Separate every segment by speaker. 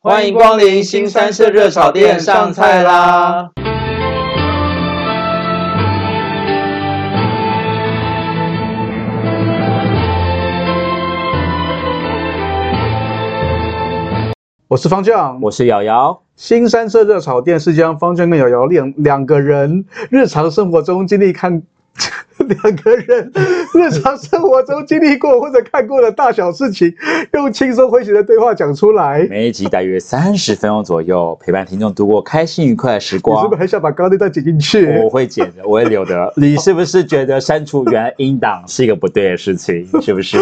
Speaker 1: 欢迎光临新三社热炒店，上菜啦！
Speaker 2: 我是方酱，
Speaker 3: 我是瑶瑶。
Speaker 2: 新三社热炒店是将方酱跟瑶瑶两两个人日常生活中经历看两个人日常生活中经历过或者看过的大小事情， 用轻松诙谐的对话讲出来。
Speaker 3: 每一集大约三十分钟左右，陪伴听众度过开心愉快的时
Speaker 2: 你是
Speaker 3: 光
Speaker 2: 不是。很想把刚刚那段剪进去
Speaker 3: 我？会剪的，我会留 的。你是不是觉得删除原来音档是一个不对的事情？是 不是？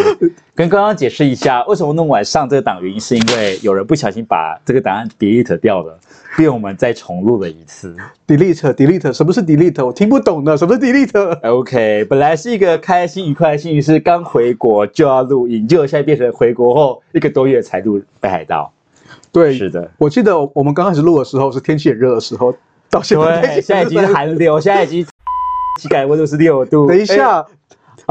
Speaker 3: 跟刚刚解释一下，为什么那么晚上这个档原因是因为有人不小心把这个档案 delete 掉了，被我们再重录了一次。
Speaker 2: delete delete 什么是 delete？我听不懂的，什么是 delete？
Speaker 3: OK，本来是一个开心愉快的心情，是刚回国就要录音，结果现在变成回国后一个多月才录《北海道
Speaker 2: 对，》。
Speaker 3: 是的。
Speaker 2: 我记得我们刚开始录的时候是天气很热的时候，到现在
Speaker 3: 对，
Speaker 2: 天气
Speaker 3: 现在已经是寒流，现在已经体感温度是六度。
Speaker 2: 等一下，
Speaker 3: 哎，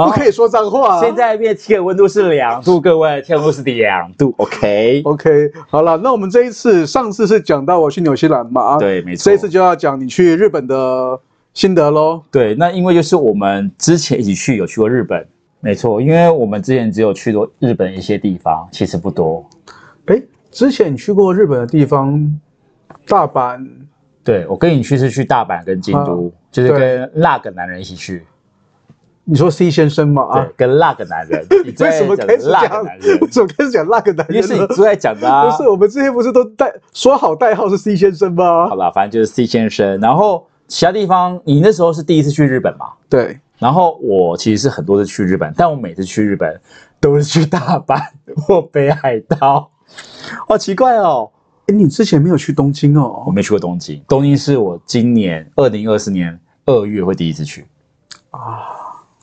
Speaker 2: 不可
Speaker 3: 以。
Speaker 2: 以说脏话、
Speaker 3: 现在面体感温度是两度，各位，体感温度是两度，OK。
Speaker 2: OK，好了，那我们这一次，上次是讲到我去纽西兰嘛，，
Speaker 3: 对，没错。
Speaker 2: 这一次就要讲你去日本的心得喽。
Speaker 3: 对，那因为就是我们之前一起去有去过日本，没错，因为我们之前只有去过日本一些地方，其实不多。
Speaker 2: 哎，之前你去过日本的地方，大阪，
Speaker 3: 对，我跟你去是去大阪跟京都，就是
Speaker 2: 对
Speaker 3: 跟那个男人一起去。
Speaker 2: 你说 C 先生嘛啊
Speaker 3: 对，？跟那个男人，你 最
Speaker 2: 为
Speaker 3: 爱
Speaker 2: 什么
Speaker 3: 讲
Speaker 2: 开
Speaker 3: 的
Speaker 2: 始
Speaker 3: 那个
Speaker 2: 讲
Speaker 3: 男人？，
Speaker 2: 为什么开始讲那个男
Speaker 3: 因为
Speaker 2: 人
Speaker 3: 是你
Speaker 2: 了？
Speaker 3: 最爱讲的啊。
Speaker 2: 不是，我们之前不是都代说好代号是 C 先生吗
Speaker 3: 好？吧，反正就是 C 先生。然后其他地方，你那时候是第一次去日本嘛？
Speaker 2: 对，
Speaker 3: 然后我其实是很多次去日本，但我每次去日本都是去大阪或北海 道，好奇怪哦！
Speaker 2: 哎，你之前没有去东京
Speaker 3: 我
Speaker 2: 哦？
Speaker 3: 没去过东京，东京是我今年二零二四年二月会第一次去。
Speaker 2: 啊，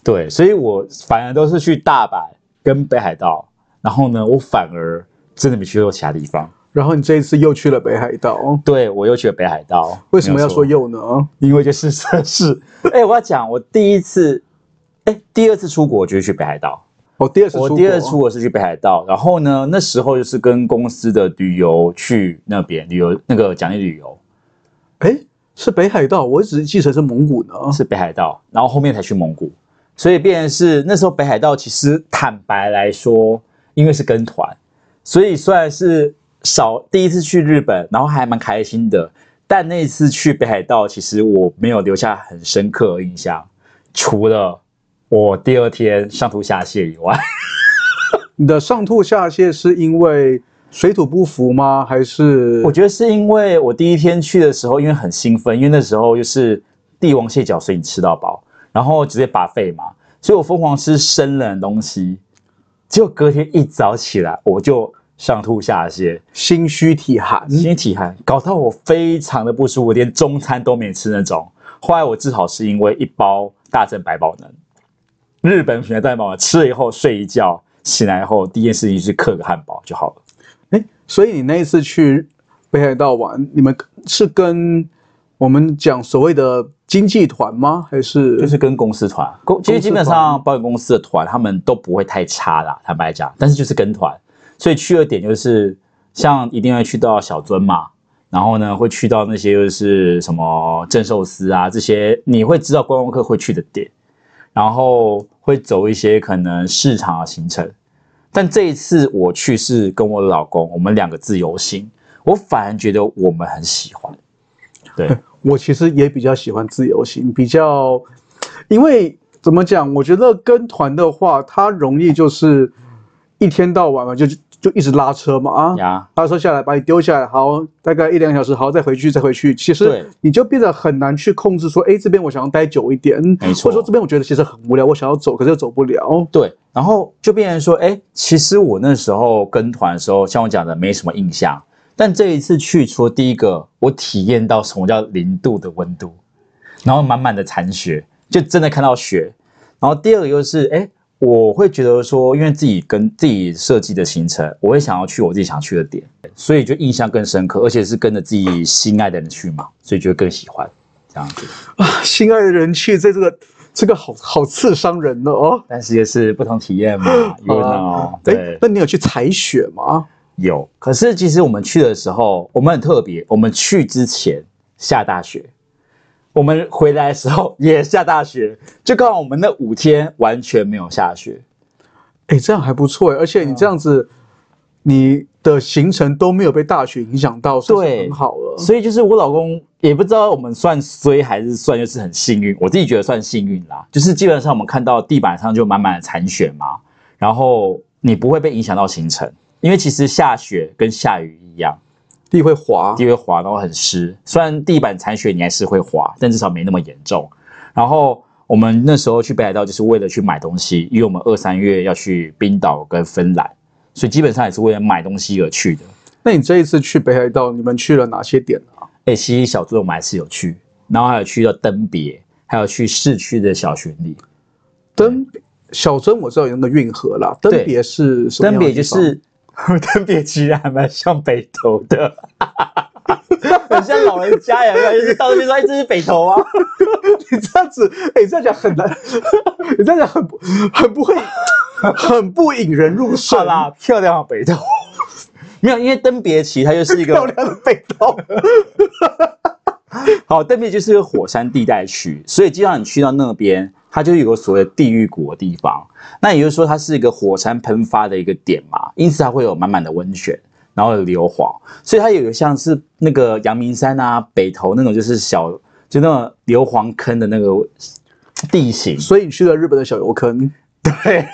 Speaker 3: 对，所以我反而都是去大阪跟北海道，然后呢，我反而真的没去过其他地方。
Speaker 2: 然后你这一次又去了北海道，
Speaker 3: 对我又去了北海道，
Speaker 2: 为什么
Speaker 3: 没
Speaker 2: 要
Speaker 3: 有错
Speaker 2: 说又呢？
Speaker 3: 因为就是测试。 哎、我要讲，我第一次，哎、第二次出国就是去北海道。
Speaker 2: 我哦第二次出
Speaker 3: 我
Speaker 2: 国，
Speaker 3: 第二次出国是去北海道，然后呢，那时候就是跟公司的旅游去那边旅游，那个奖励旅游
Speaker 2: 哎，是北海道，我一直记成是蒙古呢。
Speaker 3: 是北海道，然后后面才去蒙古，所以变成是那时候北海道其实坦白来说，因为是跟团，所以虽然是少第一次去日本，然后还蛮开心的，但那一次去北海道，其实我没有留下很深刻的印象，除了我第二天上吐下泻以外，
Speaker 2: 你的上吐下泻是因为水土不服吗？还是
Speaker 3: 我觉得是因为我第一天去的时候，因为很兴奋，因为那时候就是帝王蟹脚，所以你吃到饱，然后直接把肺嘛，所以我疯狂吃生冷的东西，结果隔天一早起来我就上吐下泻，
Speaker 2: 心虚体寒？
Speaker 3: 心体寒，搞到我非常的不舒服，连中餐都没吃那种。后来我治好是因为一包大正百宝能，日本品牌蛋宝能，吃了以后睡一觉，醒来后第一件事情是刻个汉堡就好了。
Speaker 2: 哎，所以你那一次去北海道玩，你们是跟我们讲所谓的经济团吗？还是
Speaker 3: 就是跟公司团，公其实
Speaker 2: 公司
Speaker 3: 基本
Speaker 2: 团
Speaker 3: 上保险公司的团他们都不会太差啦，坦白讲，但是就是跟团，所以去的点就是像一定会去到小樽嘛，然后呢会去到那些就是什么正寿司啊这些你会知道观光客会去的点，然后会走一些可能市场的行程，但这一次我去是跟我老公，我们两个自由行，我反而觉得我们很喜欢， 对。
Speaker 2: 我其实也比较喜欢自由行，比较，因为怎么讲？我觉得跟团的话，它容易就是一天到晚嘛，就就一直拉车嘛啊。
Speaker 3: 呀
Speaker 2: 拉车下来把你丢下来，好，大概一两个小时，好，再回去，再回去。其
Speaker 3: 对
Speaker 2: 实你就变得很难去控制说，哎，这边我想要待久一点，
Speaker 3: 没错
Speaker 2: 或者说这边我觉得其实很无聊，我想要走，可是又走不了。
Speaker 3: 对，然后就变成说，哎，其实我那时候跟团的时候，像我讲的没什么印象，但这一次去，除了第一个，我体验到什么叫零度的温度，然后满满的残雪，就真的看到雪。然后第二个又是，哎，我会觉得说，因为自己跟自己设计的行程，我会想要去我自己想去的点，所以就印象更深刻，而且是跟着自己心爱的人去嘛，所以就更喜欢这样子。
Speaker 2: 心爱的人去，这这个这个好好刺伤人的哦。
Speaker 3: 但是也是不同体验嘛，you
Speaker 2: 好
Speaker 3: know，
Speaker 2: 哎
Speaker 3: 对，。
Speaker 2: 那你有去踩雪吗？
Speaker 3: 有，可是其实我们去的时候，我们很特别，我们去之前下大雪，我们回来的时候也下大雪，就刚好我们那五天完全没有下雪。
Speaker 2: 哎，这样还不错哎，而且
Speaker 3: 嗯
Speaker 2: 你这样子，你的行程都没有被大雪影响到，算是
Speaker 3: 对
Speaker 2: 很好了。
Speaker 3: 所以就是我老公也不知道我们算衰还是算就是很幸运，我自己觉得算幸运啦。就是基本上我们看到地板上就满满的残雪嘛，然后你不会被影响到行程，因为其实下雪跟下雨一样，
Speaker 2: 地会滑，
Speaker 3: 地会滑，然后很湿。虽然地板残雪你还是会滑，但至少没那么严重。然后我们那时候去北海道就是为了去买东西，因为我们二三月要去冰岛跟芬兰，所以基本上也是为了买东西而去的。
Speaker 2: 那你这一次去北海道，你们去了哪些点啊？
Speaker 3: 哎、其实小猪我们还是有去，然后还有去到登别，还有去市区的小巡礼。
Speaker 2: 登小樽我知道有那个运河啦，登
Speaker 3: 对
Speaker 2: 别是什么样
Speaker 3: 登
Speaker 2: 的
Speaker 3: 别就
Speaker 2: 地 方
Speaker 3: 是 登别，其实还蛮像北投的， 很像老人家 呀，就是到那边说，哎、这是北投 啊。
Speaker 2: 你这样子，哎、你这样讲很难，你这样讲很不很 不会，很不引人入胜
Speaker 3: 好。啦，漂亮的北投。 没有，因为登别其实它就是一
Speaker 2: 漂
Speaker 3: 个
Speaker 2: 亮的被盗，
Speaker 3: 好，登别就是一个火山地带区，所以基本上你去到那边，它就有个所谓的地狱国的地方。那也就是说，它是一个火山喷发的一个点嘛，因此它会有满满的温泉，然后有硫磺，所以它有像是那个阳明山啊、北投那种，就是小就那种硫磺坑的那个地形。
Speaker 2: 所以你去了日本的小油坑，
Speaker 3: 对，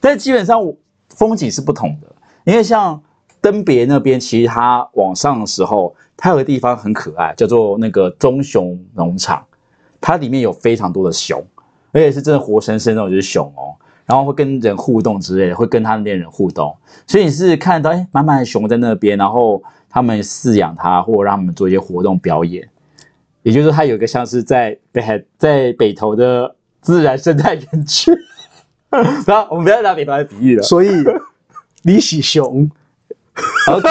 Speaker 3: 但基本上我风景是不同的，因为像登别那边，其实它往上的时候，它有个地方很可爱，叫做那个棕熊农场，它里面有非常多的熊，而且是真的活生生那种就是熊哦，然后会跟人互动之类的，会跟它那边人互动，所以你是看得到哎满满的熊在那边，然后他们饲养它，或者让他们做一些活动表演。也就是说，它有一个像是在北海在北投的自然生态园区。 然后我们不要拿北投来比喻了。
Speaker 2: 所 以你喜熊
Speaker 3: OK，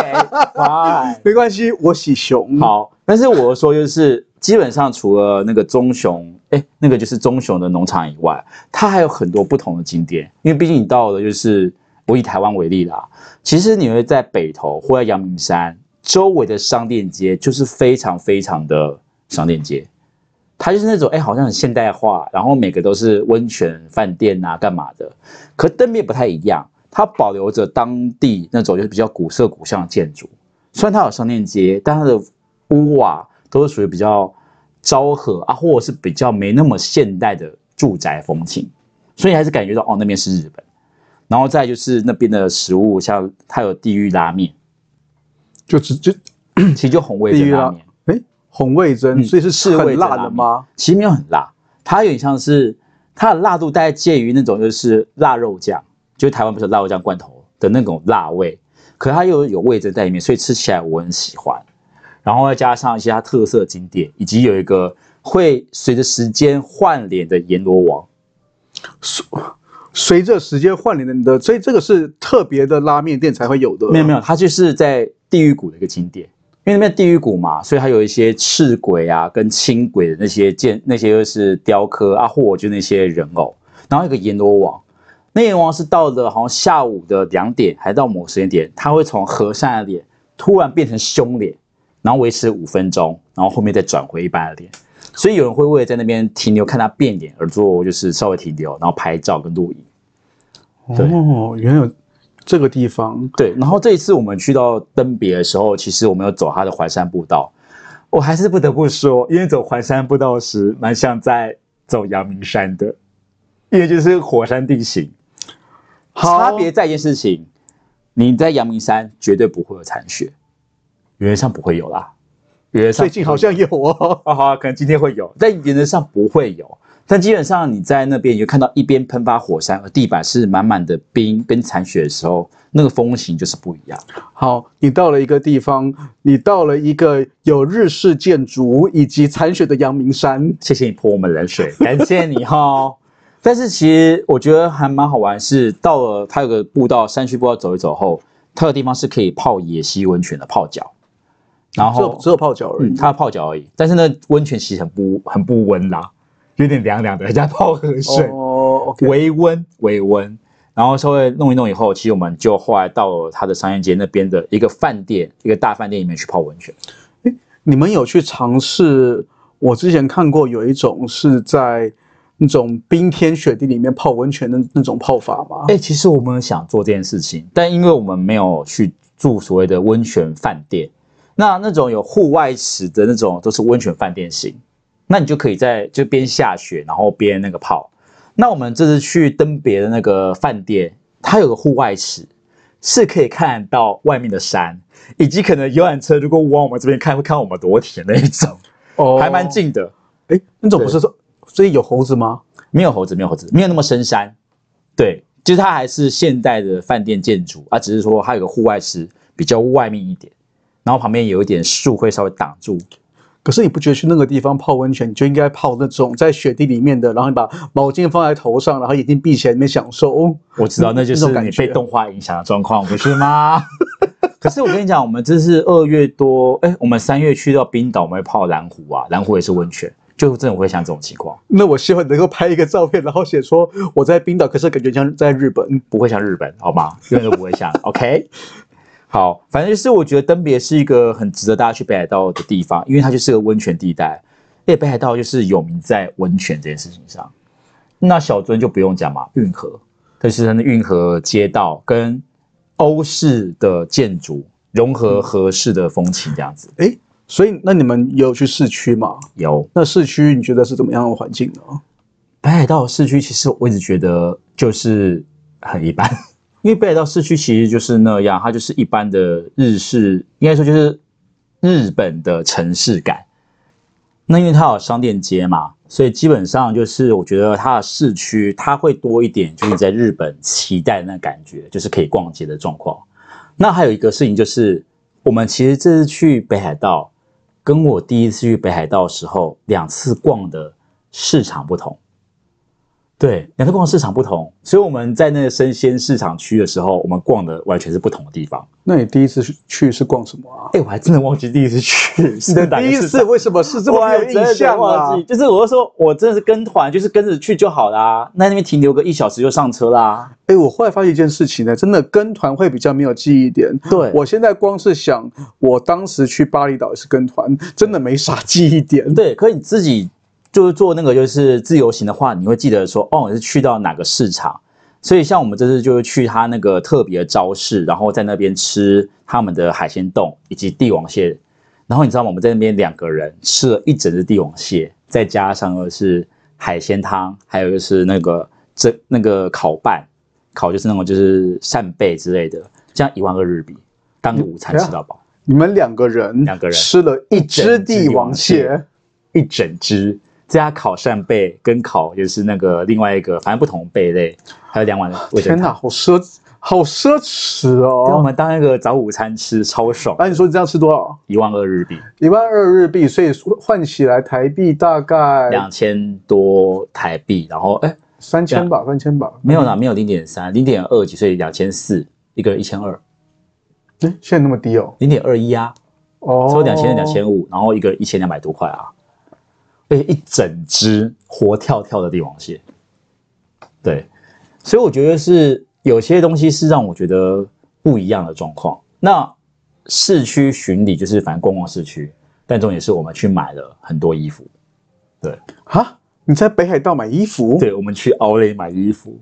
Speaker 3: fine，
Speaker 2: 没关系，我喜熊。，
Speaker 3: 好。但是我说就是，基本上除了那个棕熊，哎，那个就是棕熊的农场以外，它还有很多不同的景点。因为毕竟你到了，就是我以台湾为例啦，其实你会在北投或在阳明山周围的商店街，就是非常非常的商店街。它就是那种哎、好像很现代化，然后每个都是温泉饭店啊，干嘛的。可登别不太一样，它保留着当地那种就是比较古色古香的建筑。虽然它有商店街，但它的屋瓦都是属于比较昭和啊，或者是比较没那么现代的住宅风情，所以还是感觉到哦，那边是日本。然后再来就是那边的食物，像它有地狱拉面，
Speaker 2: 就只就
Speaker 3: 其实就红味
Speaker 2: 嗯地
Speaker 3: 噌
Speaker 2: 狱
Speaker 3: 拉
Speaker 2: 啦
Speaker 3: 面。，
Speaker 2: 哎、红味噌，
Speaker 3: 嗯
Speaker 2: 所以是
Speaker 3: 是味
Speaker 2: 很
Speaker 3: 噌
Speaker 2: 辣
Speaker 3: 拉
Speaker 2: 的
Speaker 3: 面
Speaker 2: 吗？
Speaker 3: 其实没有很辣，它有点像是它的辣度大概介于那种就是腊肉酱，就是台湾不是有腊肉酱罐头的那种辣味，可它又有味噌在里面，所以吃起来我很喜欢。然后再加上一些它特色景点，以及有一个会随着时间换脸的阎罗王，
Speaker 2: 随着时间换脸的你的，所以这个是特别的拉面店才会有的。啊
Speaker 3: 没有没有，它就是在地狱谷的一个景点，因为那边地狱谷嘛，所以它有一些赤鬼啊跟青鬼的那些建，那些就是雕刻啊，或者就那些人偶，然后有一个阎罗王，那阎罗王是到了好像下午的两点，还到某时间点，他会从和善的脸突然变成凶脸，然后维持五分钟，然后后面再转回一般的脸。所以有人会为了在那边停留看他变脸而做，就是稍微停留，然后拍照跟录影。对
Speaker 2: 哦，原来有这个地方。
Speaker 3: 对，然后这一次我们去到登别的时候，其实我们有走它的环山步道，我还是不得不说，因为走环山步道时，蛮像在走阳明山的，因为就是火山地形。
Speaker 2: 好
Speaker 3: 差别在一件事情，你在阳明山绝对不会有残雪，原则上不会有啦。原则上
Speaker 2: 最近好像有哦。
Speaker 3: 哦，好、可能今天会有，但原则上不会有。但基本上你在那边，你就看到一边喷发火山，而地板是满满的冰跟残雪的时候，那个风情就是不一样。
Speaker 2: 好，你到了一个地方，你到了一个有日式建筑以及残雪的阳明山，
Speaker 3: 谢谢你泼我们冷水，感谢你哈。但是其实我觉得还蛮好玩，是到了它有个步道，山区步道走一走后，它有地方是可以泡野溪温泉的泡脚，然
Speaker 2: 只有
Speaker 3: 后
Speaker 2: 只有泡脚而已。
Speaker 3: 嗯，它泡脚而已。但是呢，温泉其实很不很不温啦，有点凉凉的，人家泡河水，
Speaker 2: 哦，OK，
Speaker 3: 微温微温。然后稍微弄一弄以后，其实我们就后来到了它的商业街那边的一个饭店，一个大饭店里面去泡温泉。
Speaker 2: 你们有去尝试？我之前看过有一种是在那种冰天雪地里面泡温泉的那种泡法吗？
Speaker 3: 哎、其实我们想做这件事情，但因为我们没有去住所谓的温泉饭店，那那种有户外池的那种都是温泉饭店型，那你就可以在就边下雪然后边那个泡。那我们这次去登别的那个饭店，它有个户外池，是可以看到外面的山，以及可能游览车如果往我们这边看，会看到我们裸体的那一种，
Speaker 2: 哦
Speaker 3: 还蛮。近的。
Speaker 2: 哎，那种不是说，所以有猴子吗？
Speaker 3: 没有猴子，没有猴子，没有那么深山。对，就是它还是现代的饭店建筑啊，只是说它有个户外池，比较外面一点，然后旁边有一点树会稍微挡住。
Speaker 2: 可是你不觉得去那个地方泡温泉，你就应该泡那种在雪地里面的，然后你把毛巾放在头上，然后眼睛闭起来，里面享受。哦，
Speaker 3: 我知道那就
Speaker 2: 那
Speaker 3: 是
Speaker 2: 种感
Speaker 3: 你
Speaker 2: 觉
Speaker 3: 被动画影响的状况，不是 吗？可是我跟你讲，我们这是二月多，哎，我们三月去到冰岛，我们会泡蓝湖啊，蓝湖也是温泉，就真的会像这种情况，
Speaker 2: 那我希望你能够拍一个照片，然后写说我在冰岛，可是感觉像在日本。
Speaker 3: 不会像日本，好吗？ 永远都不会像，OK。好，反正就是我觉得登别是一个很值得大家去北海道的地方，因为它就是个温泉地带。因为北海道就是有名在温泉这件事情上。那小樽就不用讲嘛，运河，它就是它的运河街道跟欧式的建筑融合合适的风情这样子。
Speaker 2: 哎，所以那你们也有去市区吗？
Speaker 3: 有
Speaker 2: 那市区你觉得是怎么样的环境呢？
Speaker 3: 北海道市区，其实我一直觉得就是很一般， 因为北海道市区其实就是那样，它就是一般的日式，应该说就是日本的城市感。那因为它有商店街嘛，所以基本上就是我觉得它的市区它会多一点，就是在日本期待的那感觉，就是可以逛街的状况。那还有一个事情就是，我们其实这次去北海道，跟我第一次去北海道的时候，两次逛的市场不同。对，两次逛的市场不同，所以我们在那个生鲜市场区的时候，我们逛的完全是不同的地方。
Speaker 2: 那你第一次去去是逛什么啊？
Speaker 3: 哎，我还真的忘记第一次去 是
Speaker 2: 你的
Speaker 3: 哪个
Speaker 2: 第一
Speaker 3: 市场
Speaker 2: 次为什么是这么没有印象啊
Speaker 3: 忘记，？就是我就说我真的是跟团，就是跟着去就好啦，那那边停留个一小时就上车啦。
Speaker 2: 哎，我后来发现一件事情呢，真的跟团会比较没有记忆点。
Speaker 3: 对
Speaker 2: 我现在光是想，我当时去巴厘岛也是跟团，真的没啥记忆点。
Speaker 3: 对，可是你自己就是做那个就是自由行的话，你会记得说哦，你是去到哪个市场。所以像我们这次就是去他那个特别的招式，然后在那边吃他们的海鲜冻以及帝王蟹。然后你知道吗？我们在那边两个人吃了一整只帝王蟹，再加上的是海鲜汤，还有就是那个这那个烤拌，烤就是那种就是扇贝之类的，这样一万二日币，当个午餐吃到饱。
Speaker 2: 你们两个人，
Speaker 3: 两个人
Speaker 2: 吃了一只
Speaker 3: 整只
Speaker 2: 帝王
Speaker 3: 帝王
Speaker 2: 蟹，
Speaker 3: 一整只，再加烤扇贝跟烤就是那个另外一个，反正不同贝类，还有两碗味噌
Speaker 2: 天
Speaker 3: 汤。
Speaker 2: 哪，好奢，好奢侈
Speaker 3: 对，我
Speaker 2: 哦！
Speaker 3: 们当那个早午餐吃，超爽，
Speaker 2: 那你说你这样吃多少？
Speaker 3: 一万二日币，
Speaker 2: 一万二日币，所以换起来台币大概
Speaker 3: 两千多台币，然后哎，
Speaker 2: 三千吧，三千吧。
Speaker 3: 没有啦，没有零点三，零点二几，所以两千四，一个人一千二，
Speaker 2: 诶，现在那么低哦。
Speaker 3: 零点二一啊，
Speaker 2: 哦，
Speaker 3: 收两千两千五，然后一个人一千两百多块啊，而且一整只活跳跳的帝王蟹，对，所以我觉得是有些东西是让我觉得不一样的状况。那市区巡礼就是反正逛逛市区，但重点是我们去买了很多衣服，
Speaker 2: 哈，你在北海道买衣服？
Speaker 3: 对，我们去 Olay 买衣服，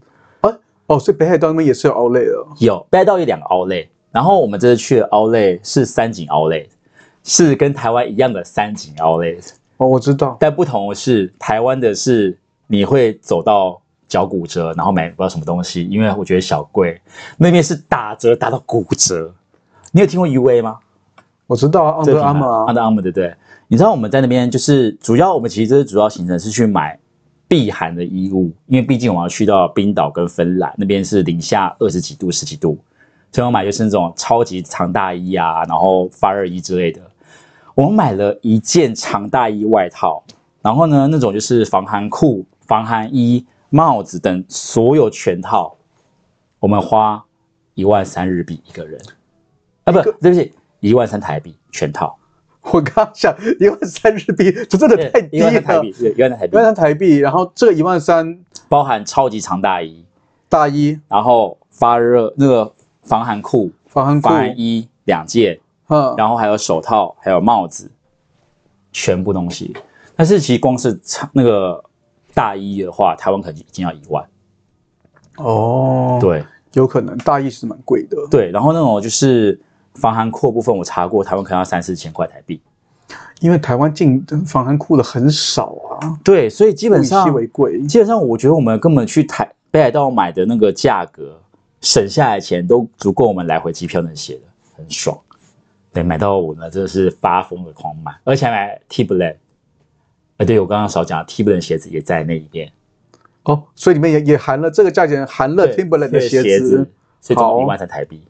Speaker 2: 哦，所以北海道那边也是有 Olay 的。
Speaker 3: 有北海道有两个 Olay，然后我们这次去的 Olay 是三井 Olay，是跟台湾一样的三井 Olay。
Speaker 2: 哦，我知道。
Speaker 3: 但不同的是，台湾的是你会走到脚骨折，然后买不到什么东西，因为我觉得小贵。那边是打折打到骨折。你有听过 U A 吗？
Speaker 2: 我知道啊
Speaker 3: 这
Speaker 2: ，Under
Speaker 3: 个品牌
Speaker 2: Armour 啊，
Speaker 3: Under Armour 对不对？你知道我们在那边就是主要，我们其实这次主要行程是去买避寒的衣物，因为毕竟我们要去到冰岛跟芬兰那边是零下二十几度、十几度，所以我买就是那种超级长大衣啊，然后发热衣之类的。我们买了一件长大衣外套，然后呢那种就是防寒裤、防寒衣、帽子等所有全套，我们花一万三日币一个人，啊
Speaker 2: 哎
Speaker 3: 不，对不起，一万三台币全套。
Speaker 2: 我刚刚想一万三日币，这 真的太低
Speaker 3: 一万台
Speaker 2: 了。
Speaker 3: 币，对，一万台
Speaker 2: 一
Speaker 3: 币
Speaker 2: 万，三台币，然后这一万三，
Speaker 3: 包含超级长大衣，
Speaker 2: 大衣、
Speaker 3: 然后发热那个防寒裤、
Speaker 2: 防寒裤
Speaker 3: 防，寒衣两件，
Speaker 2: 嗯，
Speaker 3: 然后还有手套，还有帽子，全部东西。但是其实光是长那个大衣的话，台湾可能已经要一万。
Speaker 2: 哦，，
Speaker 3: 对
Speaker 2: 有可能大衣是蛮贵的，
Speaker 3: 对，然后那种就是防寒裤的部分，我查过，台湾可能要三四千块台币。
Speaker 2: 因为台湾进防寒裤的很少啊，
Speaker 3: 对，所以基
Speaker 2: 物
Speaker 3: 本
Speaker 2: 以稀
Speaker 3: 上
Speaker 2: 为贵，
Speaker 3: 基本上，我觉得我们根本去台北海道买的那个价格，省下来的钱都足够我们来回机票那些的，很爽。对，买到我呢真的是发疯的狂买，而且还买 Timberland。呃，对我刚刚少讲，Timberland 鞋子也在那一边。
Speaker 2: 哦，所以里面也也含了这个价钱，含了 Timberland 的
Speaker 3: 对
Speaker 2: 鞋
Speaker 3: 鞋
Speaker 2: 子，，
Speaker 3: 所以总共
Speaker 2: 好
Speaker 3: 一万三台币。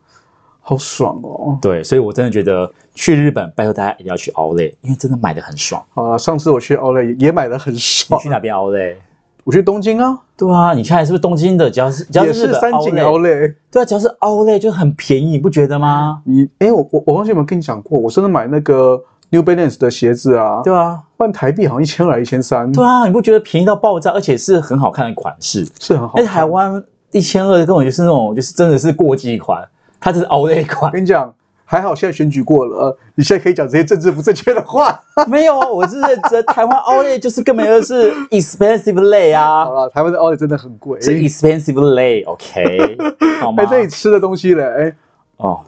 Speaker 2: 好爽哦。
Speaker 3: 对，所以我真的觉得去日本，拜托大家一定要去 Outlet，因为真的买的很爽。
Speaker 2: 好了，上次我去 o l 也也买的很
Speaker 3: 你
Speaker 2: 爽，
Speaker 3: 去哪边 Outlet？
Speaker 2: 我去东京啊，
Speaker 3: 对啊，你看是不是东京的？只要是只要
Speaker 2: 也
Speaker 3: 日
Speaker 2: 哦是
Speaker 3: 本
Speaker 2: 三井 o
Speaker 3: Outlet，
Speaker 2: l
Speaker 3: 对啊，只要是 Outlet 就很便宜，你不觉得吗？
Speaker 2: 你哎、我我我忘记有没有跟你讲过，我真的买那个 New Balance 的鞋子啊，
Speaker 3: 对啊，
Speaker 2: 换台币好像一千二、一千三，
Speaker 3: 对啊，你不觉得便宜到爆炸，而且是很好看的款式？
Speaker 2: 是很好
Speaker 3: 哎，
Speaker 2: 看。
Speaker 3: 台湾一千二根本就是那种，就是真的是过季款，它这是 Outlet
Speaker 2: 我
Speaker 3: 款。
Speaker 2: 跟你讲，还好现在选举过了，呃你现在可以讲这些政治不正确的话。
Speaker 3: 没有啊，我是认真，台湾 Outlet 就是根本就是 expensive lay 啊
Speaker 2: 好，了，台湾的 o l 真的很贵，
Speaker 3: 是 expensive lay，OK，、好吗
Speaker 2: 哎，？这里吃的东西嘞，哎，
Speaker 3: 哦，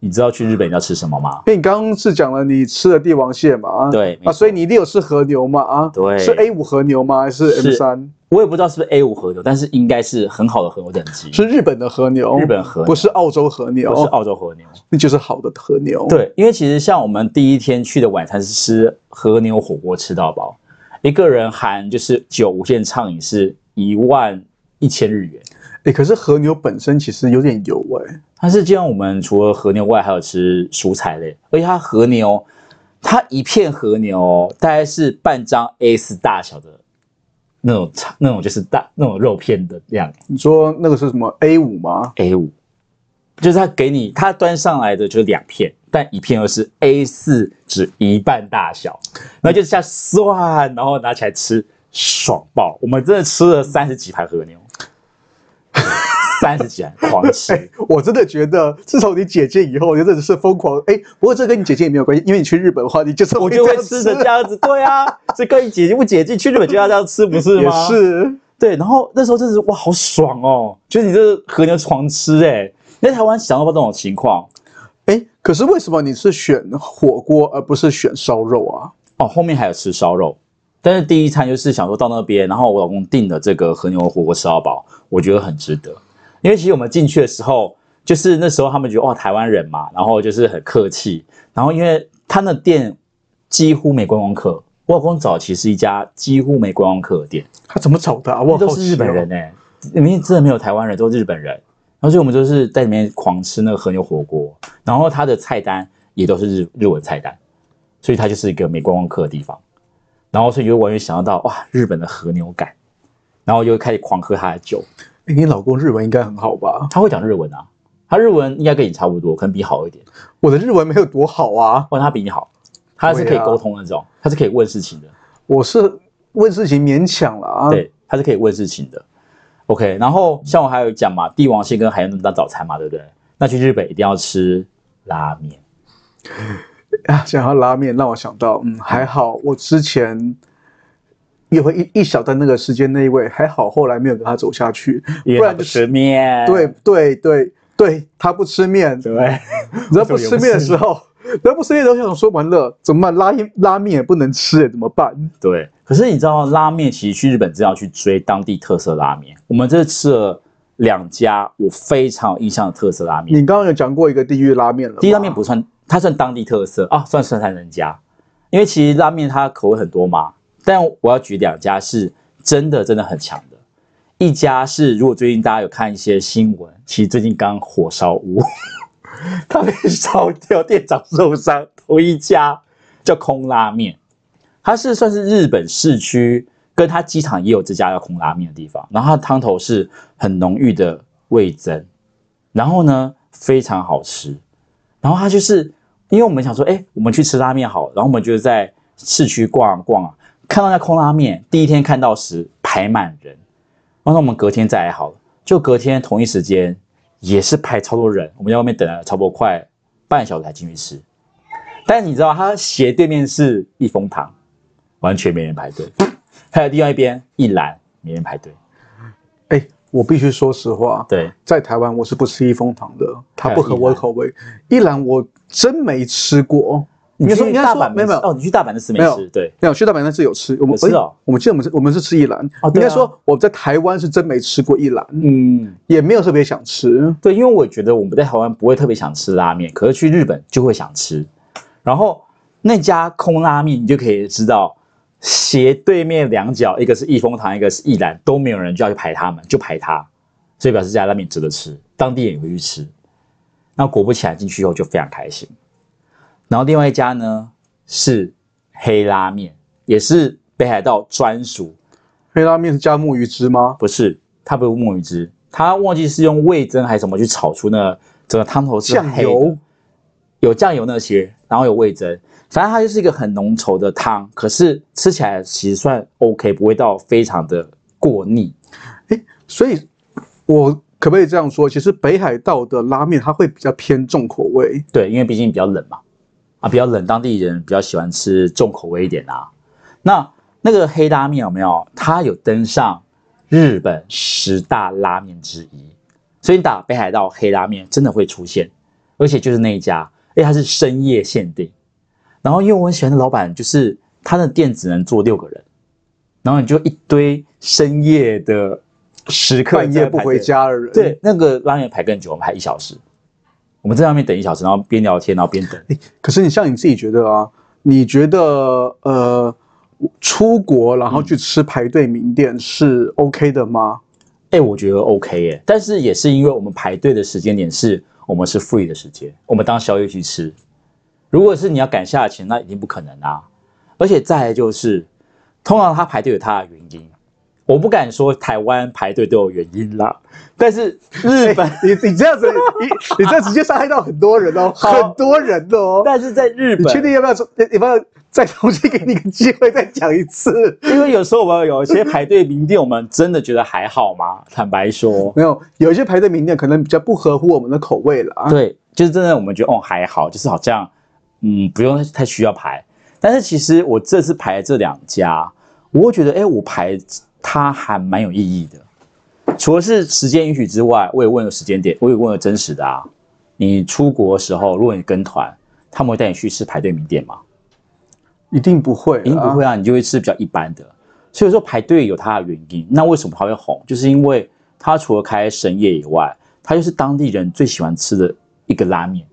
Speaker 3: 你知道去日本要吃什么吗？
Speaker 2: 因为你刚刚是讲了你吃的帝王蟹嘛，啊，
Speaker 3: 对没
Speaker 2: 啊，
Speaker 3: 错
Speaker 2: 所以你一定有吃和牛嘛，啊，
Speaker 3: 对
Speaker 2: 是 A 五和牛吗？还是 M
Speaker 3: 是
Speaker 2: 三？
Speaker 3: 我也不知道是不是 A 五和牛，但是应该是很好的和牛等级，
Speaker 2: 是哦日本的和牛，
Speaker 3: 日本和牛
Speaker 2: 不是澳洲和牛，
Speaker 3: 不是澳洲和牛？
Speaker 2: 那就是好的和牛。，
Speaker 3: 对，因为其实像我们第一天去的晚餐是吃和牛火锅吃到饱，一个人含就是酒无限畅饮是一万一千日元。
Speaker 2: 哎，可是和牛本身其实有点油哎，
Speaker 3: 但是，既然我们除了和牛外，还有吃蔬菜类，而且它和牛，它一片和牛哦大概是半张 A 四大小的那种长那种就是大那种肉片的量
Speaker 2: 你说那个是什么 A 五吗？
Speaker 3: A 五，就是它给你它端上来的就是两片，但一片又是 A 四只一半大小，然后就下涮，然后拿起来吃，爽爆！我们真的吃了三十几盘和牛，三十几盘狂 吃。
Speaker 2: 我真的觉得，自从你解禁以后，我就真的是疯狂。哎，不过这跟你解禁也没有关系，因为你去日本的话，你就是
Speaker 3: 我
Speaker 2: 会
Speaker 3: 就
Speaker 2: 这
Speaker 3: 会
Speaker 2: 样
Speaker 3: 吃的这样子，对啊，这跟你解禁不解禁，去日本就要这样吃，不是
Speaker 2: 也
Speaker 3: 吗？，
Speaker 2: 是。
Speaker 3: 对。然后那时候真的是哇，好爽哦，就是你这和牛狂吃哎、你在台湾想到过这种情况
Speaker 2: 哎，可是为什么你是选火锅而不是选烧肉啊？
Speaker 3: 哦？后面还有吃烧肉，但是第一餐就是想说到那边，然后我老公订的这个和牛火锅吃到饱，我觉得很值得，因为其实我们进去的时候，就是那时候他们觉得哦台湾人嘛，然后就是很客气，然后因为他那店几乎没观光客，我老公早期是一家几乎没观光客的店。
Speaker 2: 他怎么找的啊？我好
Speaker 3: 都
Speaker 2: 好奇哦
Speaker 3: 是日本人。呢、里面真的没有台湾人，都是日本人。然后所以我们就是在里面狂吃那个和牛火锅，然后它的菜单也都是日日文菜单，所以它就是一个没观光客的地方。然后所以就完全想象到哇，日本的和牛感，然后就开始狂喝他的酒。
Speaker 2: 哎你老公日文应该很好吧？
Speaker 3: 他会讲日文啊，他日文应该跟你差不多，可能比你好一点，
Speaker 2: 我的日文没有多好啊，
Speaker 3: 或者他比你好，他是可
Speaker 2: 对
Speaker 3: 以
Speaker 2: 啊
Speaker 3: 沟通那种，他是可以问事情的。
Speaker 2: 我是问事情勉强了啊。，
Speaker 3: 对，它是可以问事情的。OK，然后像我还有讲嘛，帝王蟹跟海鲜炖当早餐嘛，对不对？那去日本一定要吃拉面。
Speaker 2: 啊，想要拉面，让我想到，嗯，还好我之前也会一一小段那个时间那一位，还好后来没有跟他走下去，
Speaker 3: 因为
Speaker 2: 不
Speaker 3: 他
Speaker 2: 然
Speaker 3: 不
Speaker 2: 就
Speaker 3: 吃面。
Speaker 2: 对对对对，他不吃面，
Speaker 3: 哎对，
Speaker 2: 你知道不吃面的时候，然后不吃面的时候想说完了怎么办？拉面拉面也不能吃，怎么办？
Speaker 3: 对。可是你知道拉面，其实去日本真的要去追当地特色拉面。我们这次吃了两家我非常有印象的特色拉
Speaker 2: 你
Speaker 3: 面。
Speaker 2: 刚刚有讲过一个地狱拉面了吧，
Speaker 3: 第一拉面不算，它算当地特色啊，算算三人家，因为其实拉面它口味很多嘛。但我要举两家是真的真的很强的，一家是如果最近大家有看一些新闻，其实最近刚火烧屋， 他被烧掉，店长受伤。同一家叫空拉面，它是算是日本市区跟它机场也有这家叫空拉面的地方，然后它的汤头是很浓郁的味增，然后呢非常好吃，然后它就是因为我们想说，哎，我们去吃拉面好了，然后我们就在市区逛啊逛啊，看到那空拉面，第一天看到时排满人，然后我们隔天再来好了，就隔天同一时间也是排超多人，我们在外面等了差不多快半小时才进去吃。但你知道，它斜对面是益丰堂，完全没人排 队；还有另外一边一兰，没人排队。
Speaker 2: 哎，我必须说实话，
Speaker 3: 对，
Speaker 2: 在台湾我是不吃益丰堂的，它
Speaker 3: 还有
Speaker 2: 不合我的
Speaker 3: 一兰
Speaker 2: 口味。一兰我真没吃过，应
Speaker 3: 你
Speaker 2: 该说
Speaker 3: 去
Speaker 2: 应该
Speaker 3: 大
Speaker 2: 说
Speaker 3: 阪
Speaker 2: 没
Speaker 3: 没
Speaker 2: 有没有
Speaker 3: 吃哦，你去大阪的是没
Speaker 2: 没有
Speaker 3: 吃，对，
Speaker 2: 没有，去大阪那是有吃，我们
Speaker 3: 有吃哦
Speaker 2: 哎我们记得我们是我们是吃一兰，
Speaker 3: 哦
Speaker 2: 应
Speaker 3: 对啊
Speaker 2: 该说我在台湾是真没吃过一兰，
Speaker 3: 嗯，
Speaker 2: 也没有特别想吃。
Speaker 3: 对，因为我觉得我们在台湾不会特别想吃拉面，可是去日本就会想吃。然后那家空拉面，你就可以知道斜对面两角，一个是益丰堂，一个是益兰，都没有人就要去排他们，就排它，所以表示这家拉面值得吃，当地人也会去吃。那果不其然，进去以后就非常开心。然后另外一家呢是黑拉面，也是北海道专属，
Speaker 2: 黑拉面是加木鱼汁吗？
Speaker 3: 不是，它不是墨鱼汁，它忘记是用味噌还是什么去炒出那个整个汤头是
Speaker 2: 酱
Speaker 3: 黑的
Speaker 2: 油，
Speaker 3: 有酱油那些，然后有味噌，反正它就是一个很浓稠的汤，可是吃起来其实算 OK，不会到非常的过腻。
Speaker 2: 所以我可不可以这样说？其实北海道的拉面它会比较偏重口味，
Speaker 3: 对，因为毕竟比较冷嘛，啊，比较冷，当地人比较喜欢吃重口味一点啊。那那个黑拉面有没有？它有登上日本十大拉面之一，所以你打北海道黑拉面真的会出现，而且就是那一家，而且它是深夜限定。然后因为我很喜欢的老板，就是他的店只能坐六个人，然后你就一堆深夜的食客
Speaker 2: 半夜不回家
Speaker 3: 家。
Speaker 2: 的人。
Speaker 3: 对，，那个拉面排更久，我们排一小时，我们在外面等一小时，然后边聊天，然后边等。
Speaker 2: 可是你像你自己觉得啊，你觉得呃出国然后去吃排队名店是 OK 的吗？
Speaker 3: 哎、我觉得 OK 耶，但是也是因为我们排队的时间点是我们是 free 的时间，我们当宵夜去吃。如果是你要赶下钱，那一定不可能啊。而且再来就是，通常他排队有他的原因，我不敢说台湾排队都有原因啦，但是 日本
Speaker 2: 哎你 你这样子，你你这样直接伤害到很多人 哦，
Speaker 3: 好
Speaker 2: 很多人哦。
Speaker 3: 但是在日
Speaker 2: 你
Speaker 3: 本，
Speaker 2: 确定要不要说？要不要再重新给你个机会再讲一次？
Speaker 3: 因为有时候我们有一些排队名店，我们真的觉得还好吗？坦白说，
Speaker 2: 没有，有一些排队名店可能比较不合乎我们的口味了啊。
Speaker 3: 对，就是真的，我们觉得哦还好，就是好像嗯不用太需要排。但是其实我这次排这两家，我会觉得哎，我排它还蛮有意义的。除了是时间允许之外，我也问了时间点，我也问了真实的啊。你出国的时候，如果你跟团，他们会带你去吃排队名店吗？
Speaker 2: 一定不会，
Speaker 3: 一定不会。啊，你就会吃比较一般的。所以说排队有它的原因。那为什么它会红？就是因为它除了开深夜以外，它就是当地人最喜欢吃的一个拉面，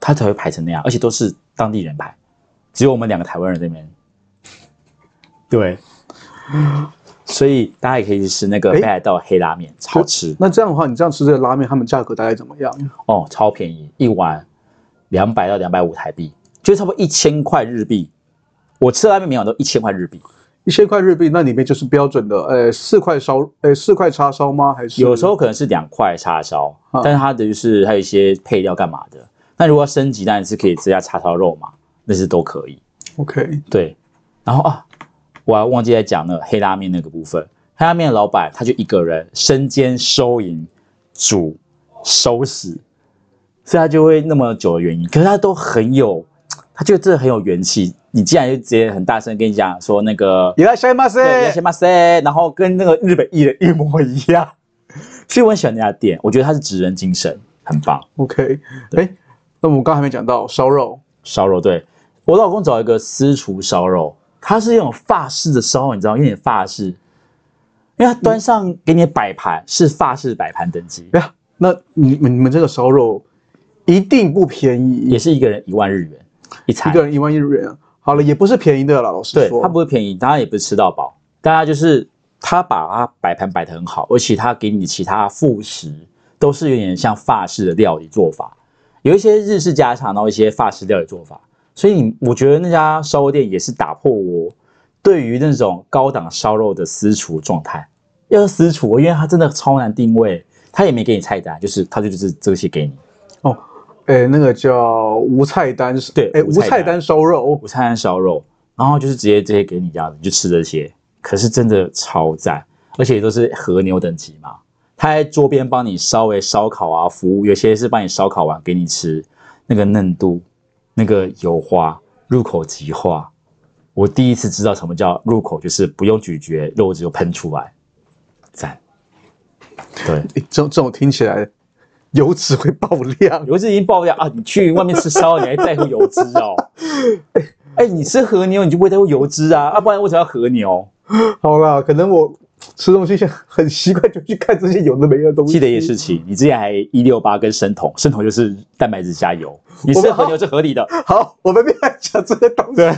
Speaker 3: 它才会排成那样，而且都是当地人排，只有我们两个台湾人这边。对，所以大家也可以去吃那个
Speaker 2: 诶
Speaker 3: 北海道黑拉面，超吃
Speaker 2: 那这样的话，你这样吃这个拉面，他们价格大概怎么样？
Speaker 3: 哦，超便宜，一碗两百到两百五台币，就差不多一千块日币。我吃拉面每碗都一千块日币。
Speaker 2: 一千块日币，那里面就是标准的，呃，四块烧，呃，四块叉烧吗？还是
Speaker 3: 有时候可能是两块叉烧，
Speaker 2: 嗯
Speaker 3: 但是它的就是还有一些配料干嘛的。那如果要升级，当然是可以增加叉烧肉嘛，那是都可以。
Speaker 2: OK，
Speaker 3: 对，然后啊，我还忘记在讲那个黑拉面那个部分。黑拉面的老板他就一个人身兼收银、煮、收拾，所以他就会那么久的原因。可是他都很有，他觉得这很有元气。你既然就直接很大声跟你讲说那个
Speaker 2: 也来下一马
Speaker 3: 对，
Speaker 2: 塞
Speaker 3: 先。马塞，然后跟那个日本艺人一模一样。 所以我很喜欢那家店，我觉得它是职人精神，很棒。
Speaker 2: OK，哎，那我们刚才还没讲到烧肉，
Speaker 3: 烧肉，对我老公找一个私厨烧肉，它是那种法式的烧肉，你知道，有点法式，因为它端上给你摆盘是法式摆盘等级，
Speaker 2: 哎呀，那你们你们这个烧肉一定不便宜
Speaker 3: 也，是一个人一万日元一
Speaker 2: 一
Speaker 3: 餐，
Speaker 2: 个人一万日元。好了，也不是便宜的啦，老实
Speaker 3: 对，
Speaker 2: 说，
Speaker 3: 它不会便宜，当然也不是吃到饱，大家就是它把它摆盘摆得很好，而且它给你其他副食都是有点像法式的料理做法，有一些日式家常，然后一些法式料理做法，所以你我觉得那家烧肉店也是打破我对于那种高档烧肉的私厨状态，要是私厨，因为它真的超难定位，它也没给你菜单，就是它就就是这些给你。
Speaker 2: 哦，哎，那个叫无菜单，
Speaker 3: 对
Speaker 2: 哎，
Speaker 3: 无
Speaker 2: 无
Speaker 3: 菜
Speaker 2: 菜单
Speaker 3: 单
Speaker 2: 烧肉
Speaker 3: 午，餐烧肉，然后就是直接这些给你这样子，你就吃这些。可是真的超赞，而且都是和牛等级嘛，他在桌边帮你稍微烧烤啊，服务有些是帮你烧烤完给你吃，那个嫩度，那个油花，入口即化。我第一次知道什么叫入口，就是不用咀嚼，肉就喷出来，赞。对，
Speaker 2: 诶这种这种听起来油脂会爆量，
Speaker 3: 油脂已经爆掉啊！你去外面吃烧肉，你还在乎油脂哦？哎、你吃和牛，你就不会在乎油脂啊？啊，不然为什么要和牛？
Speaker 2: 好啦，可能我吃东西现在很习惯就去看这些有的没的东西。
Speaker 3: 记得也是奇，你之前还一六八跟生酮，生酮就是蛋白质加油，你吃和牛是合理的。
Speaker 2: 好，我们不要讲这个东西了。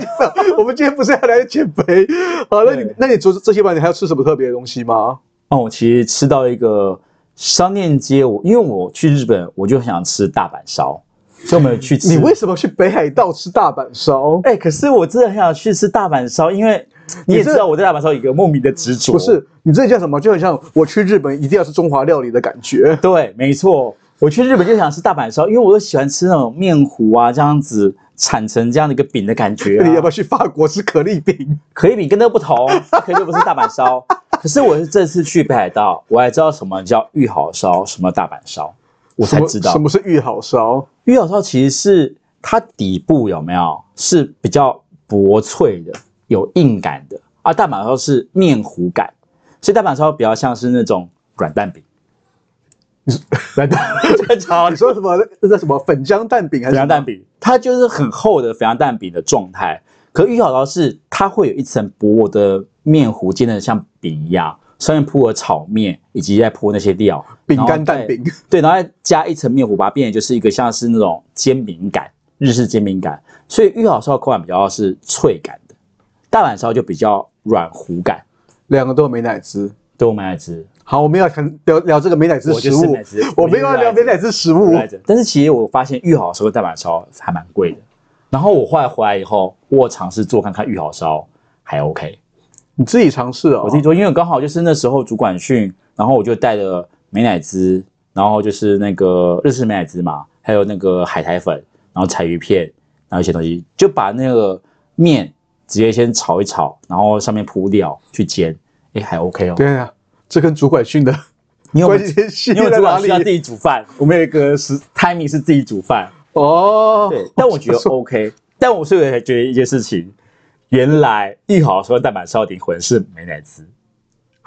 Speaker 2: 我们今天不是要来减肥？好，那你
Speaker 3: 对
Speaker 2: 那你除了这些外，你还要吃什么特别的东西吗？
Speaker 3: 哦，我其实吃到一个商店街，我因为我去日本，我就很想吃大阪烧，所以我们有去吃。
Speaker 2: 你为什么去北海道吃大阪烧？
Speaker 3: 哎、可是我真的很想去吃大阪烧，因为你也
Speaker 2: 这
Speaker 3: 知道我对大阪烧有一个莫名的执着。
Speaker 2: 不，是，你这叫什么？就很像我去日本一定要吃中华料理的感觉。
Speaker 3: 对，没错，我去日本就想吃大阪烧，因为我又喜欢吃那种面糊啊，这样子铲成这样的一个饼的感觉、
Speaker 2: 那
Speaker 3: 啊。
Speaker 2: 你要不要去法国吃可丽饼？
Speaker 3: 可丽饼跟那不同，可丽饼不是大阪烧。可是我是这次去北海道，我还知道什么叫玉好烧，什么大阪烧，我才知道
Speaker 2: 什么什么是玉好烧。
Speaker 3: 玉好烧其实是它底部有没有是比较薄脆的，有硬感的，而、大阪烧是面糊感，所以大阪烧比较像是那种软 蛋饼。 软 蛋正常
Speaker 2: 你说什么？那叫什么粉浆蛋饼还
Speaker 3: 肥
Speaker 2: 是
Speaker 3: 羊蛋饼，它就是很厚的肥羊蛋饼的状态。可玉好烧是它会有一层薄薄的面糊，煎的像饼一样，上面铺了炒面，以及再铺那些料，
Speaker 2: 饼
Speaker 3: 然后
Speaker 2: 干蛋
Speaker 3: 再
Speaker 2: 饼？
Speaker 3: 对，然后再加一层面糊，把它变成就是一个像是那种煎饼感，日式煎饼感。所以玉好烧的口感比较是脆感的，大阪烧就比较软糊感。
Speaker 2: 两个都有美乃滋。
Speaker 3: 对我们来吃，
Speaker 2: 好，我们要谈聊聊这个美乃滋
Speaker 3: 我
Speaker 2: 食
Speaker 3: 就
Speaker 2: 物
Speaker 3: 是美。食，
Speaker 2: 我们要聊美乃滋食物。
Speaker 3: 来着。但是其实我发现玉好烧跟蛋板烧还蛮贵的。然后我后来回来以后，我尝试做看看玉好烧还 OK，
Speaker 2: 你自己尝试哦。
Speaker 3: 我自己做，因为刚好就是那时候主管训，然后我就带了美乃滋，然后就是那个日式美乃滋嘛，还有那个海苔粉，然后柴鱼片，然后一些东西，就把那个面直接先炒一炒，然后上面铺料去煎，哎还 OK 哦。
Speaker 2: 对呀、这跟主管训的
Speaker 3: 你有没
Speaker 2: 关
Speaker 3: 有
Speaker 2: 键系
Speaker 3: 因为
Speaker 2: 在
Speaker 3: 主
Speaker 2: 哪
Speaker 3: 管需要自
Speaker 2: 里？
Speaker 3: 己煮饭，我们有一个是 timing 是自己煮饭，
Speaker 2: 哦，
Speaker 3: 对，但我觉得 OK。但我所以才觉得一件事情，原来一好说蛋板烧灵魂是美乃滋，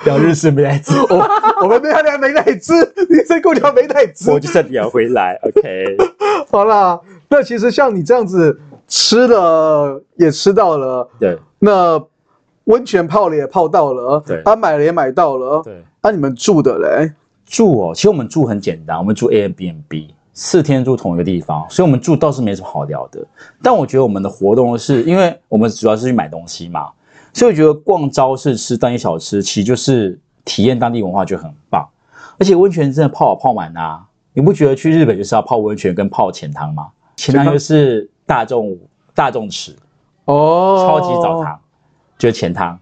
Speaker 3: 聊日式美乃 滋，
Speaker 2: 我我们没有聊美乃滋，你在跟我聊美乃滋
Speaker 3: 我。就是聊回来。OK，
Speaker 2: 好啦，那其实像你这样子吃了也吃到了，
Speaker 3: 对
Speaker 2: 那温泉泡了也泡到了，
Speaker 3: 对
Speaker 2: 啊买了也买到了，
Speaker 3: 对，
Speaker 2: 啊你们住的嘞，
Speaker 3: 住哦，其实我们住很简单，我们住 Airbnb，四天住同一个地方，所以我们住倒是没什么好聊的。但我觉得我们的活动是因为我们主要是去买东西嘛，所以我觉得逛超市吃当地小吃，其实就是体验当地文化就很棒。而且温泉真的泡好泡满啊，你不觉得去日本就是要泡温泉跟泡浅汤吗？浅汤就是大众大众池，
Speaker 2: 哦，
Speaker 3: 超级澡，堂，就是浅汤，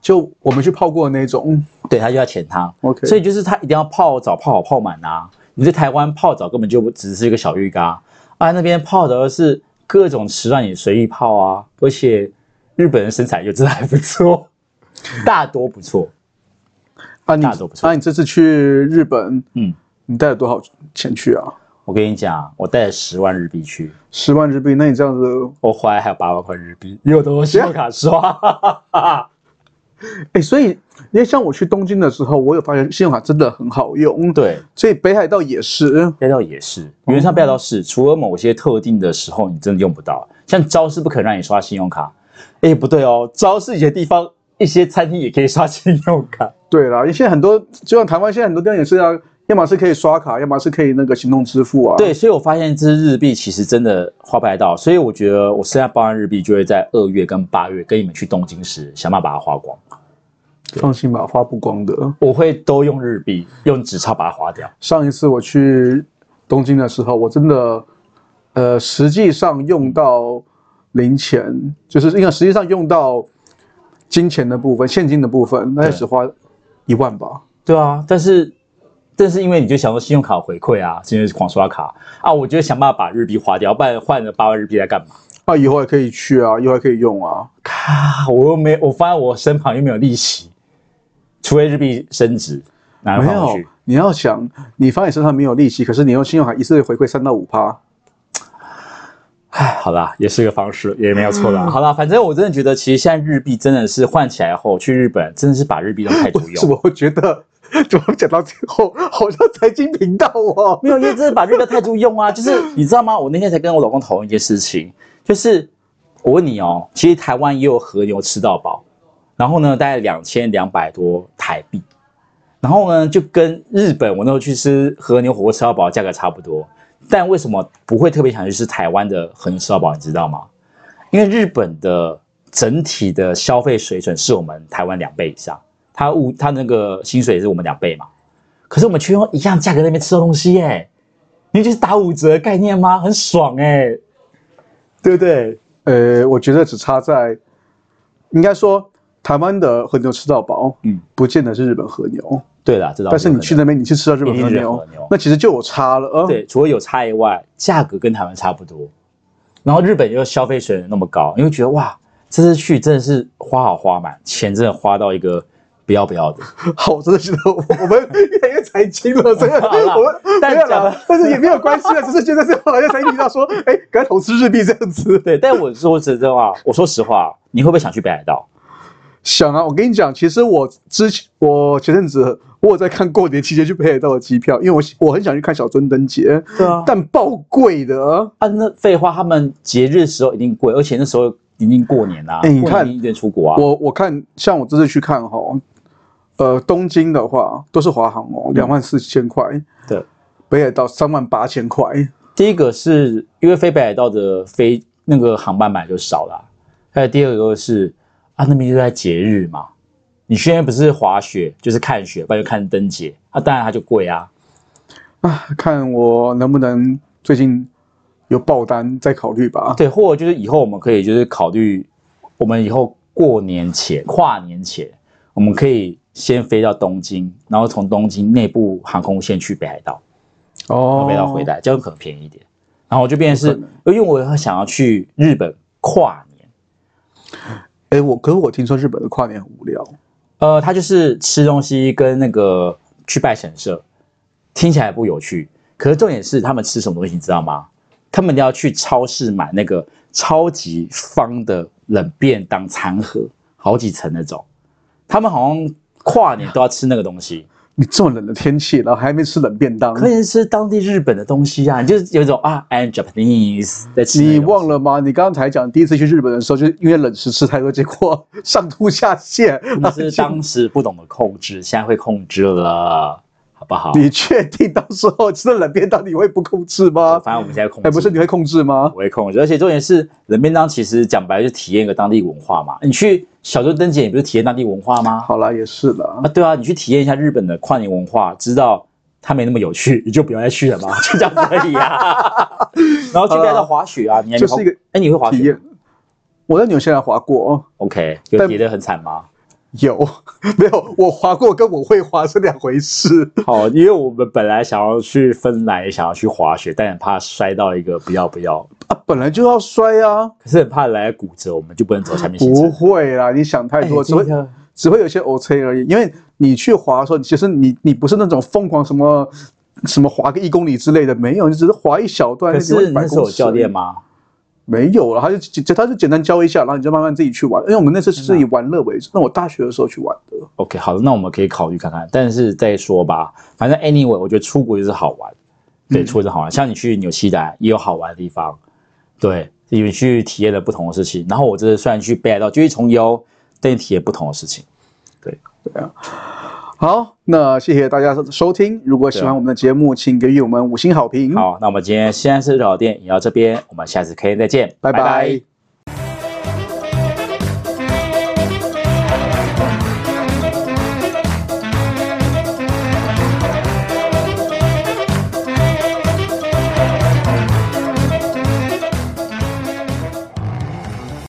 Speaker 2: 就我们去泡过的那种
Speaker 3: 对，它就叫浅汤。
Speaker 2: ，OK，
Speaker 3: 所以就是它一定要泡澡泡好泡满啊！你在台湾泡澡根本就只是一个小浴缸，啊，那边泡的是各种池让你随意泡啊，而且日本人身材就真的还不错，大多不错。
Speaker 2: 啊你
Speaker 3: 大家都不错
Speaker 2: 啊你这次去日本，
Speaker 3: 嗯，
Speaker 2: 你带了多少钱去啊？
Speaker 3: 我跟你讲，我带了十万日币去，
Speaker 2: 十万日币，那你这样子，
Speaker 3: 我回来还有八万块日币，因为我都用信用卡刷。
Speaker 2: 哎，所以因为像我去东京的时候，我有发现信用卡真的很好用，，
Speaker 3: 对，
Speaker 2: 所以北海道也是，
Speaker 3: 被盗也是，原则上被盗是，除了某些特定的时候，你真的用不到。像招式不肯让你刷信用卡，哎，不对哦，招式有些地方一些餐厅也可以刷信用卡。
Speaker 2: 对啦，因为现在很多，就像台湾现在很多地方也是啊，要么是可以刷卡，要么是可以那个行动支付啊，
Speaker 3: 对，所以我发现这日币其实真的花不太到，所以我觉得我剩下八万日币就会在二月跟八月跟你们去东京时想办法把它花光。
Speaker 2: 放心吧，花不光的。
Speaker 3: 我会都用日币，用纸钞把它花掉。
Speaker 2: 上一次我去东京的时候，我真的，呃，实际上用到零钱，就是应该实际上用到金钱的部分，现金的部分，那也只花一万吧。
Speaker 3: 对啊，但是但是因为你就想说信用卡回馈啊，今天是狂刷卡啊，我就想办法把日币花掉，不然换了八万日币来干嘛？
Speaker 2: 啊，以后还可以去啊，以后还可以用啊。
Speaker 3: 咔，我又没，我发现我身旁又没有利息，除非日币升值，拿来
Speaker 2: 没
Speaker 3: 换回
Speaker 2: 有
Speaker 3: 去。，
Speaker 2: 啊你要想，你发现身上没有利息，可是你用信用卡一次回馈三到五趴，
Speaker 3: 哎，好啦，也是个方式，也没有错
Speaker 2: 嗯
Speaker 3: 啦。好啦，反正我真的觉得，其实现在日币真的是换起来后，去日本真的是把日币当 太
Speaker 2: 我
Speaker 3: 足
Speaker 2: 是
Speaker 3: 用。
Speaker 2: 我觉得， 怎么讲到最后好像财经频道哦？
Speaker 3: 没有，因为真的把日币当太足用啊！就是你知道吗？我那天才跟我老公讨论一件事情，就是我问你哦，其实台湾也有和牛吃到饱，然后呢，大概两千两百多台币，然后呢，就跟日本我那时候去吃和牛火锅吃到饱价格差不多，但为什么不会特别想去吃台湾的和牛吃到饱？你知道吗？因为日本的整体的消费水准是我们台湾两倍以上，它物它那个薪水也是我们两倍嘛，可是我们却用一样价格在那边吃到东西耶、你就是打五折的概念吗？很爽哎、对不对？
Speaker 2: 呃，我觉得只差在，应该说台湾的和牛吃到饱，
Speaker 3: 嗯，
Speaker 2: 不见得是日本和牛，
Speaker 3: 对啦，知道。
Speaker 2: 但是你去那边你去吃到日本和
Speaker 3: 一定是日
Speaker 2: 牛，
Speaker 3: 本和牛
Speaker 2: 那其实就有差了啊。，
Speaker 3: 对，除了有差以外，价格跟台湾差不多。然后日本又消费水准那么高，你会觉得哇，这次去真的是花好花满，钱真的花到一个不要不要 的。
Speaker 2: 好，我真的觉得我我们越来越财经了，这 个
Speaker 3: 好啦
Speaker 2: 我们
Speaker 3: 但
Speaker 2: 没有
Speaker 3: 讲
Speaker 2: 啦
Speaker 3: 了，
Speaker 2: 但是也没有关系啊，只是觉得这好像财经频道说，哎，赶快投资日币这样子。
Speaker 3: 对，但我说实话，我说实话，你会不会想去北海道？
Speaker 2: 想啊，我跟你讲，其实我之前我前阵子我有在看过年期间去北海道的机票，因为我我很想去看小樽灯节，
Speaker 3: 对啊但
Speaker 2: 但爆贵的。呃
Speaker 3: 啊，那废话，他们节日时候一定贵，而且那时候已经过年啦、
Speaker 2: 哎你
Speaker 3: 过
Speaker 2: 看
Speaker 3: 年一定出国啊。
Speaker 2: 我我看像我这次去看哈，呃，东京的话都是华航哦，两万四千块，
Speaker 3: 对，
Speaker 2: 北海道三万八千块，
Speaker 3: 第一个是因为飞北海道的飞那个航班本来就少啦、还有第二个是啊，那边就在节日嘛，你现在不是滑雪就是看雪，不然就看灯节，啊，当然它就贵啊。
Speaker 2: 啊，看我能不能最近有爆单再考虑吧。
Speaker 3: 对，或者就是以后我们可以就是考虑，我们以后过年前、跨年前，我们可以先飞到东京，然后从东京内部航空线去北海道。
Speaker 2: 哦
Speaker 3: 没到回来，这样可能便宜一点。然后我就变成
Speaker 2: 有
Speaker 3: 是
Speaker 2: 可能，
Speaker 3: 因为我很想要去日本跨年，
Speaker 2: 哎，我可是我听说日本的跨年很无聊，
Speaker 3: 呃，它就是吃东西跟那个去拜神社，听起来不有趣。可是重点是他们吃什么东西，你知道吗？他们要去超市买那个超级方的冷便当餐盒，好几层那种。他们好像跨年都要吃那个东西。
Speaker 2: 你这么冷的天气，然后还没吃冷便当，
Speaker 3: 可以吃当地日本的东西啊，你就是有一种啊，I'm Japanese 在吃那个东
Speaker 2: 你
Speaker 3: 西。
Speaker 2: 忘了吗？你刚才讲第一次去日本的时候，就是因为冷食吃太多，结果 上吐下泻。
Speaker 3: 那是当时不懂得控制，现在会控制了，好不好？
Speaker 2: 你确定到时候吃了冷便当你会不控制吗？
Speaker 3: 反正我们现在控制，
Speaker 2: 哎，不是你会控制吗
Speaker 3: 我？会控制，而且重点是冷便当，其实讲白了就是体验一个当地文化嘛。你去小樽灯节，你不是体验当地文化吗？
Speaker 2: 好啦，也是啦
Speaker 3: 啊，。对啊，你去体验一下日本的跨年文化，知道它没那么有趣，你就不要再去了嘛， 就这样可以啊。然后去带到滑雪啊，你还没
Speaker 2: 就
Speaker 3: 滑
Speaker 2: 是一个
Speaker 3: 哎，你会滑
Speaker 2: 体
Speaker 3: 雪吗
Speaker 2: 验。我在纽西兰滑过，
Speaker 3: ？OK，有
Speaker 2: 但
Speaker 3: 跌得很惨吗？
Speaker 2: 有 没有？我滑过跟我会滑是两回事。
Speaker 3: 好，因为我们本来想要去芬兰，也想要去滑雪，但很怕摔到一个不要不要，
Speaker 2: 啊，本来就要摔啊，
Speaker 3: 可是很怕来骨折，我们就不能走下面行
Speaker 2: 不
Speaker 3: 程。
Speaker 2: 会啦，哎你想太多，只会只会有一些 OK 而已。因为你去滑的时候，其实你你不是那种疯狂什么什么滑个一公里之类的，没有，你只是滑一小段。
Speaker 3: 可是
Speaker 2: 一
Speaker 3: 你
Speaker 2: 百公
Speaker 3: 那时
Speaker 2: 尺
Speaker 3: 候有教练吗？
Speaker 2: 没有了，他就简他就简单教一下，然后你就慢慢自己去玩。因为我们那次是以啊玩乐为主，那我大学的时候去玩的。
Speaker 3: OK，好，那我们可以考虑看看，但是再说吧。反正 anyway，我觉得出国就是好玩，对，
Speaker 2: 嗯
Speaker 3: 出国就是好玩。像你去纽西兰也有好玩的地方，对，你去体验了不同的事情。然后我这次虽然去北海道就一重游，但也体验不同的事情。
Speaker 2: 好，那谢谢大家收听。如果喜
Speaker 3: 对啊
Speaker 2: 欢我们的节目，请给予我们五星好评。，
Speaker 3: 好，那我们今天西安市热炒店也到这边，我们下次 K 再见，
Speaker 2: 拜拜